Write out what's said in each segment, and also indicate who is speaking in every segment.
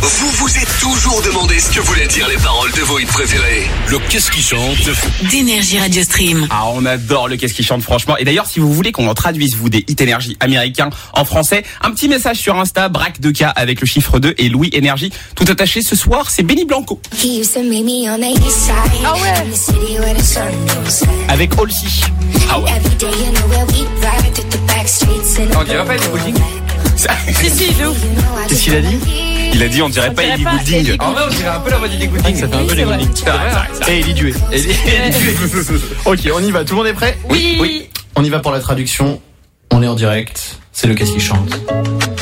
Speaker 1: Vous vous êtes toujours demandé ce que voulaient dire les paroles de vos hits préférés.
Speaker 2: Le qu'est-ce qui chante
Speaker 3: d'énergie Radio Stream.
Speaker 4: Ah, on adore le qu'est-ce qui chante, franchement. Et d'ailleurs, si vous voulez qu'on en traduise, vous, des hit énergie américains en français, un petit message sur Insta, braque 2K avec le chiffre 2 et Louis Énergie. Tout attaché ce soir, c'est Benny Blanco
Speaker 5: He used to meet me on the east side
Speaker 3: Oh,
Speaker 5: in the city where the sun goes down.
Speaker 4: avec Halsey. Ah
Speaker 3: Oh,
Speaker 4: ouais.
Speaker 5: Every day you know where we ride through the back streets and
Speaker 4: On dirait pas Ellie Goulding
Speaker 3: Si, si, de ouf.
Speaker 5: You know I
Speaker 4: Qu'est-ce qu'il a dit Il a dit on dirait pas
Speaker 3: dirait
Speaker 4: Ellie
Speaker 3: pas
Speaker 4: Goulding. Ah,
Speaker 3: Ellie
Speaker 4: En vrai, on dirait un peu la voix d'Ellie
Speaker 6: Ah,
Speaker 4: Goulding. Ça fait un peu Eh,
Speaker 3: Ellie vrai. Goulding. Eh,
Speaker 4: Et Ellie Dué.
Speaker 6: Ok, on y va. Tout le monde est prêt
Speaker 3: Oui.
Speaker 6: On y va pour la traduction. On est en direct. C'est le qu'est-ce qui chante.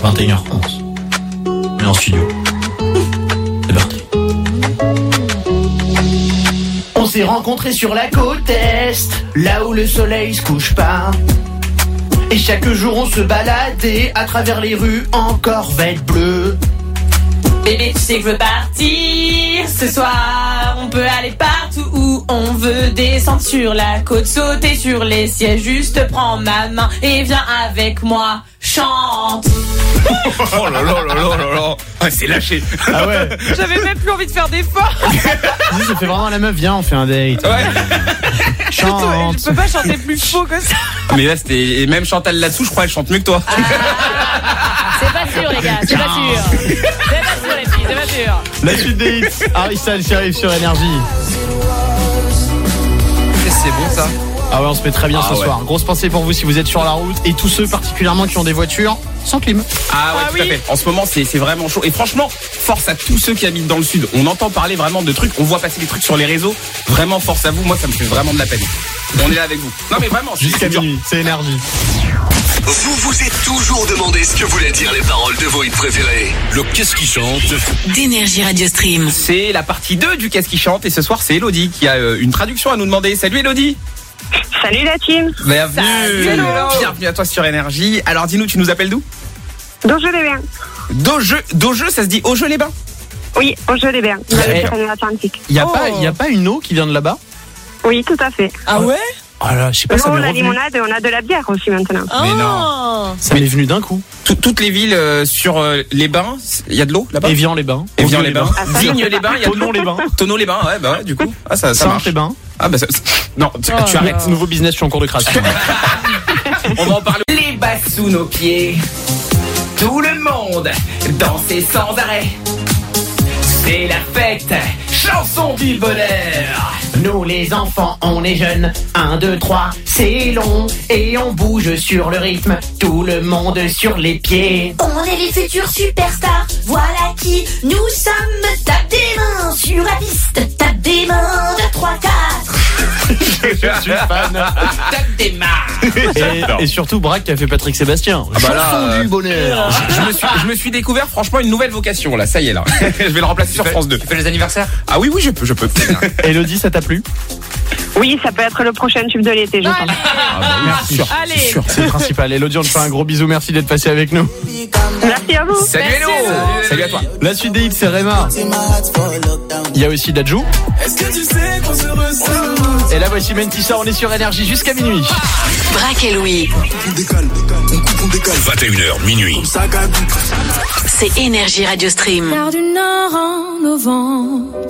Speaker 6: 21h11. On est en studio. C'est parti. On s'est rencontrés sur la côte est, là où le soleil se couche pas. Et chaque jour on se baladait à travers les rues en corvette bleue.
Speaker 3: Bébé, tu sais que je veux partir ce soir. On peut aller partout où on veut. Descendre sur la côte, sauter sur les sièges. Juste prends ma main et viens avec moi. Chante.
Speaker 4: Oh là là là là là là. Ah, c'est lâché.
Speaker 6: Ah ouais
Speaker 3: J'avais même plus envie de faire d'efforts.
Speaker 6: Dis, ça fait vraiment la meuf, viens, on fait un date.
Speaker 4: Ouais.
Speaker 3: Je peux pas chanter plus faux que ça.
Speaker 4: Mais là, c'était. Et même Chantal là-dessous, je crois, elle chante mieux que toi.
Speaker 3: C'est pas sûr, les gars. C'est pas sûr. C'est pas sûr, les filles. C'est pas sûr.
Speaker 6: La suite des hits. Harrison qui arrive sur énergie.
Speaker 4: C'est bon ça.
Speaker 6: Ah ouais, on se met très bien
Speaker 4: Ah
Speaker 6: ce
Speaker 4: ouais.
Speaker 6: soir. Grosse pensée pour vous si vous êtes sur la route et tous ceux particulièrement qui ont des voitures sans clim.
Speaker 4: Ah ouais,
Speaker 3: Ah
Speaker 4: tout
Speaker 3: oui.
Speaker 4: à fait. En ce moment, c'est c'est vraiment chaud. Et franchement, force à tous ceux qui habitent dans le sud. On entend parler vraiment de trucs, on voit passer des trucs sur les réseaux. Vraiment, force à vous. Moi, ça me fait vraiment de la peine. On est là avec vous. Non, mais vraiment, c'est-
Speaker 6: Jusqu'à
Speaker 4: c'est dur.
Speaker 6: minuit, c'est énergie.
Speaker 1: Vous vous êtes toujours demandé ce que voulaient dire les paroles de vos hits préférés.
Speaker 2: Le qu'est-ce qui chante
Speaker 3: D'énergie Radio Stream.
Speaker 4: C'est la partie 2 du Qu'est-ce qui chante. Et ce soir, c'est Elodie qui a euh, une traduction à nous demander. Salut Elodie
Speaker 7: Salut la team,
Speaker 4: Bienvenue
Speaker 3: Salut, Hello.
Speaker 4: Bienvenue à toi sur Énergie. Alors, dis-nous, tu nous appelles d'où
Speaker 7: donc je les bien.
Speaker 4: Daugeux, Daugeux, ça se dit Augeux-les-Bains
Speaker 7: Oui, au jeu les bien. Dans
Speaker 6: Eh.
Speaker 7: le Pyrénées Atlantiques.
Speaker 6: Il y a
Speaker 3: Oh.
Speaker 6: pas, il y a pas une eau qui vient de là-bas
Speaker 7: Oui, tout à fait.
Speaker 3: Ah ouais
Speaker 6: Ah là, je sais pas,
Speaker 7: Nous,
Speaker 6: ça
Speaker 7: on
Speaker 6: m'est
Speaker 7: a
Speaker 6: revenu.
Speaker 7: limonade et on a de la bière aussi maintenant.
Speaker 4: Mais
Speaker 3: non.
Speaker 6: Ça m'est venu d'un coup.
Speaker 4: Tout- Toutes les villes euh, sur euh, les bains, il y a de l'eau là-bas
Speaker 6: Évian les bains.
Speaker 4: Évian les bains.
Speaker 7: Ah, ça, je
Speaker 4: Digne
Speaker 7: sais
Speaker 4: les bains, il y a de l'eau.
Speaker 6: Tonon les bains.
Speaker 4: Tonneau les bains, ouais, bah ouais, du coup. Ah, ça, ça
Speaker 6: Saint
Speaker 4: marche.
Speaker 6: les bains.
Speaker 4: Ah, bah ça. Non, tu,
Speaker 3: Oh
Speaker 4: tu
Speaker 3: là.
Speaker 4: arrêtes.
Speaker 6: Nouveau business, je suis en cours de création.
Speaker 4: On va en parler. Les bas sous nos pieds. Tout le monde danser sans arrêt. C'est la fête. Chanson du bonheur.
Speaker 8: Nous les enfants, on est jeunes. 1, 2, 3, c'est long. Et on bouge sur le rythme. Tout le monde sur les pieds.
Speaker 9: On est les futurs superstars, voilà qui nous sommes. Tape des mains sur la piste, tape des mains, 2, 3, 4.
Speaker 6: Je suis fan.
Speaker 4: Tape des marques.
Speaker 6: Et, et surtout, Braque qui a fait Patrick Sébastien.
Speaker 4: bah là,
Speaker 6: Chanson
Speaker 4: euh,
Speaker 6: du bonheur.
Speaker 4: Je me, suis, je me suis découvert franchement une nouvelle vocation là, ça y est là. je vais le remplacer sur France 2. Tu fais les anniversaires Ah oui oui je peux, je peux.
Speaker 6: Elodie, ça t'a plu
Speaker 7: Oui, ça peut être le prochain tube de l'été, je pense.
Speaker 6: Ah, bah, Merci.
Speaker 3: Allez.
Speaker 6: C'est sûr, c'est le principal. Elodie, on te fait un gros bisou. Merci d'être passé avec nous.
Speaker 7: Merci à vous.
Speaker 4: Salut Hello
Speaker 3: Elodie.
Speaker 4: Salut à toi
Speaker 6: La suite des hits, c'est Rema. Il y a aussi Dajou. Et là, voici Mentissa. On est sur énergie jusqu'à minuit.
Speaker 3: Braque et Louis,
Speaker 2: 21h minuit.
Speaker 3: c'est Énergie Radio Stream.
Speaker 9: Gare du Nord en novembre,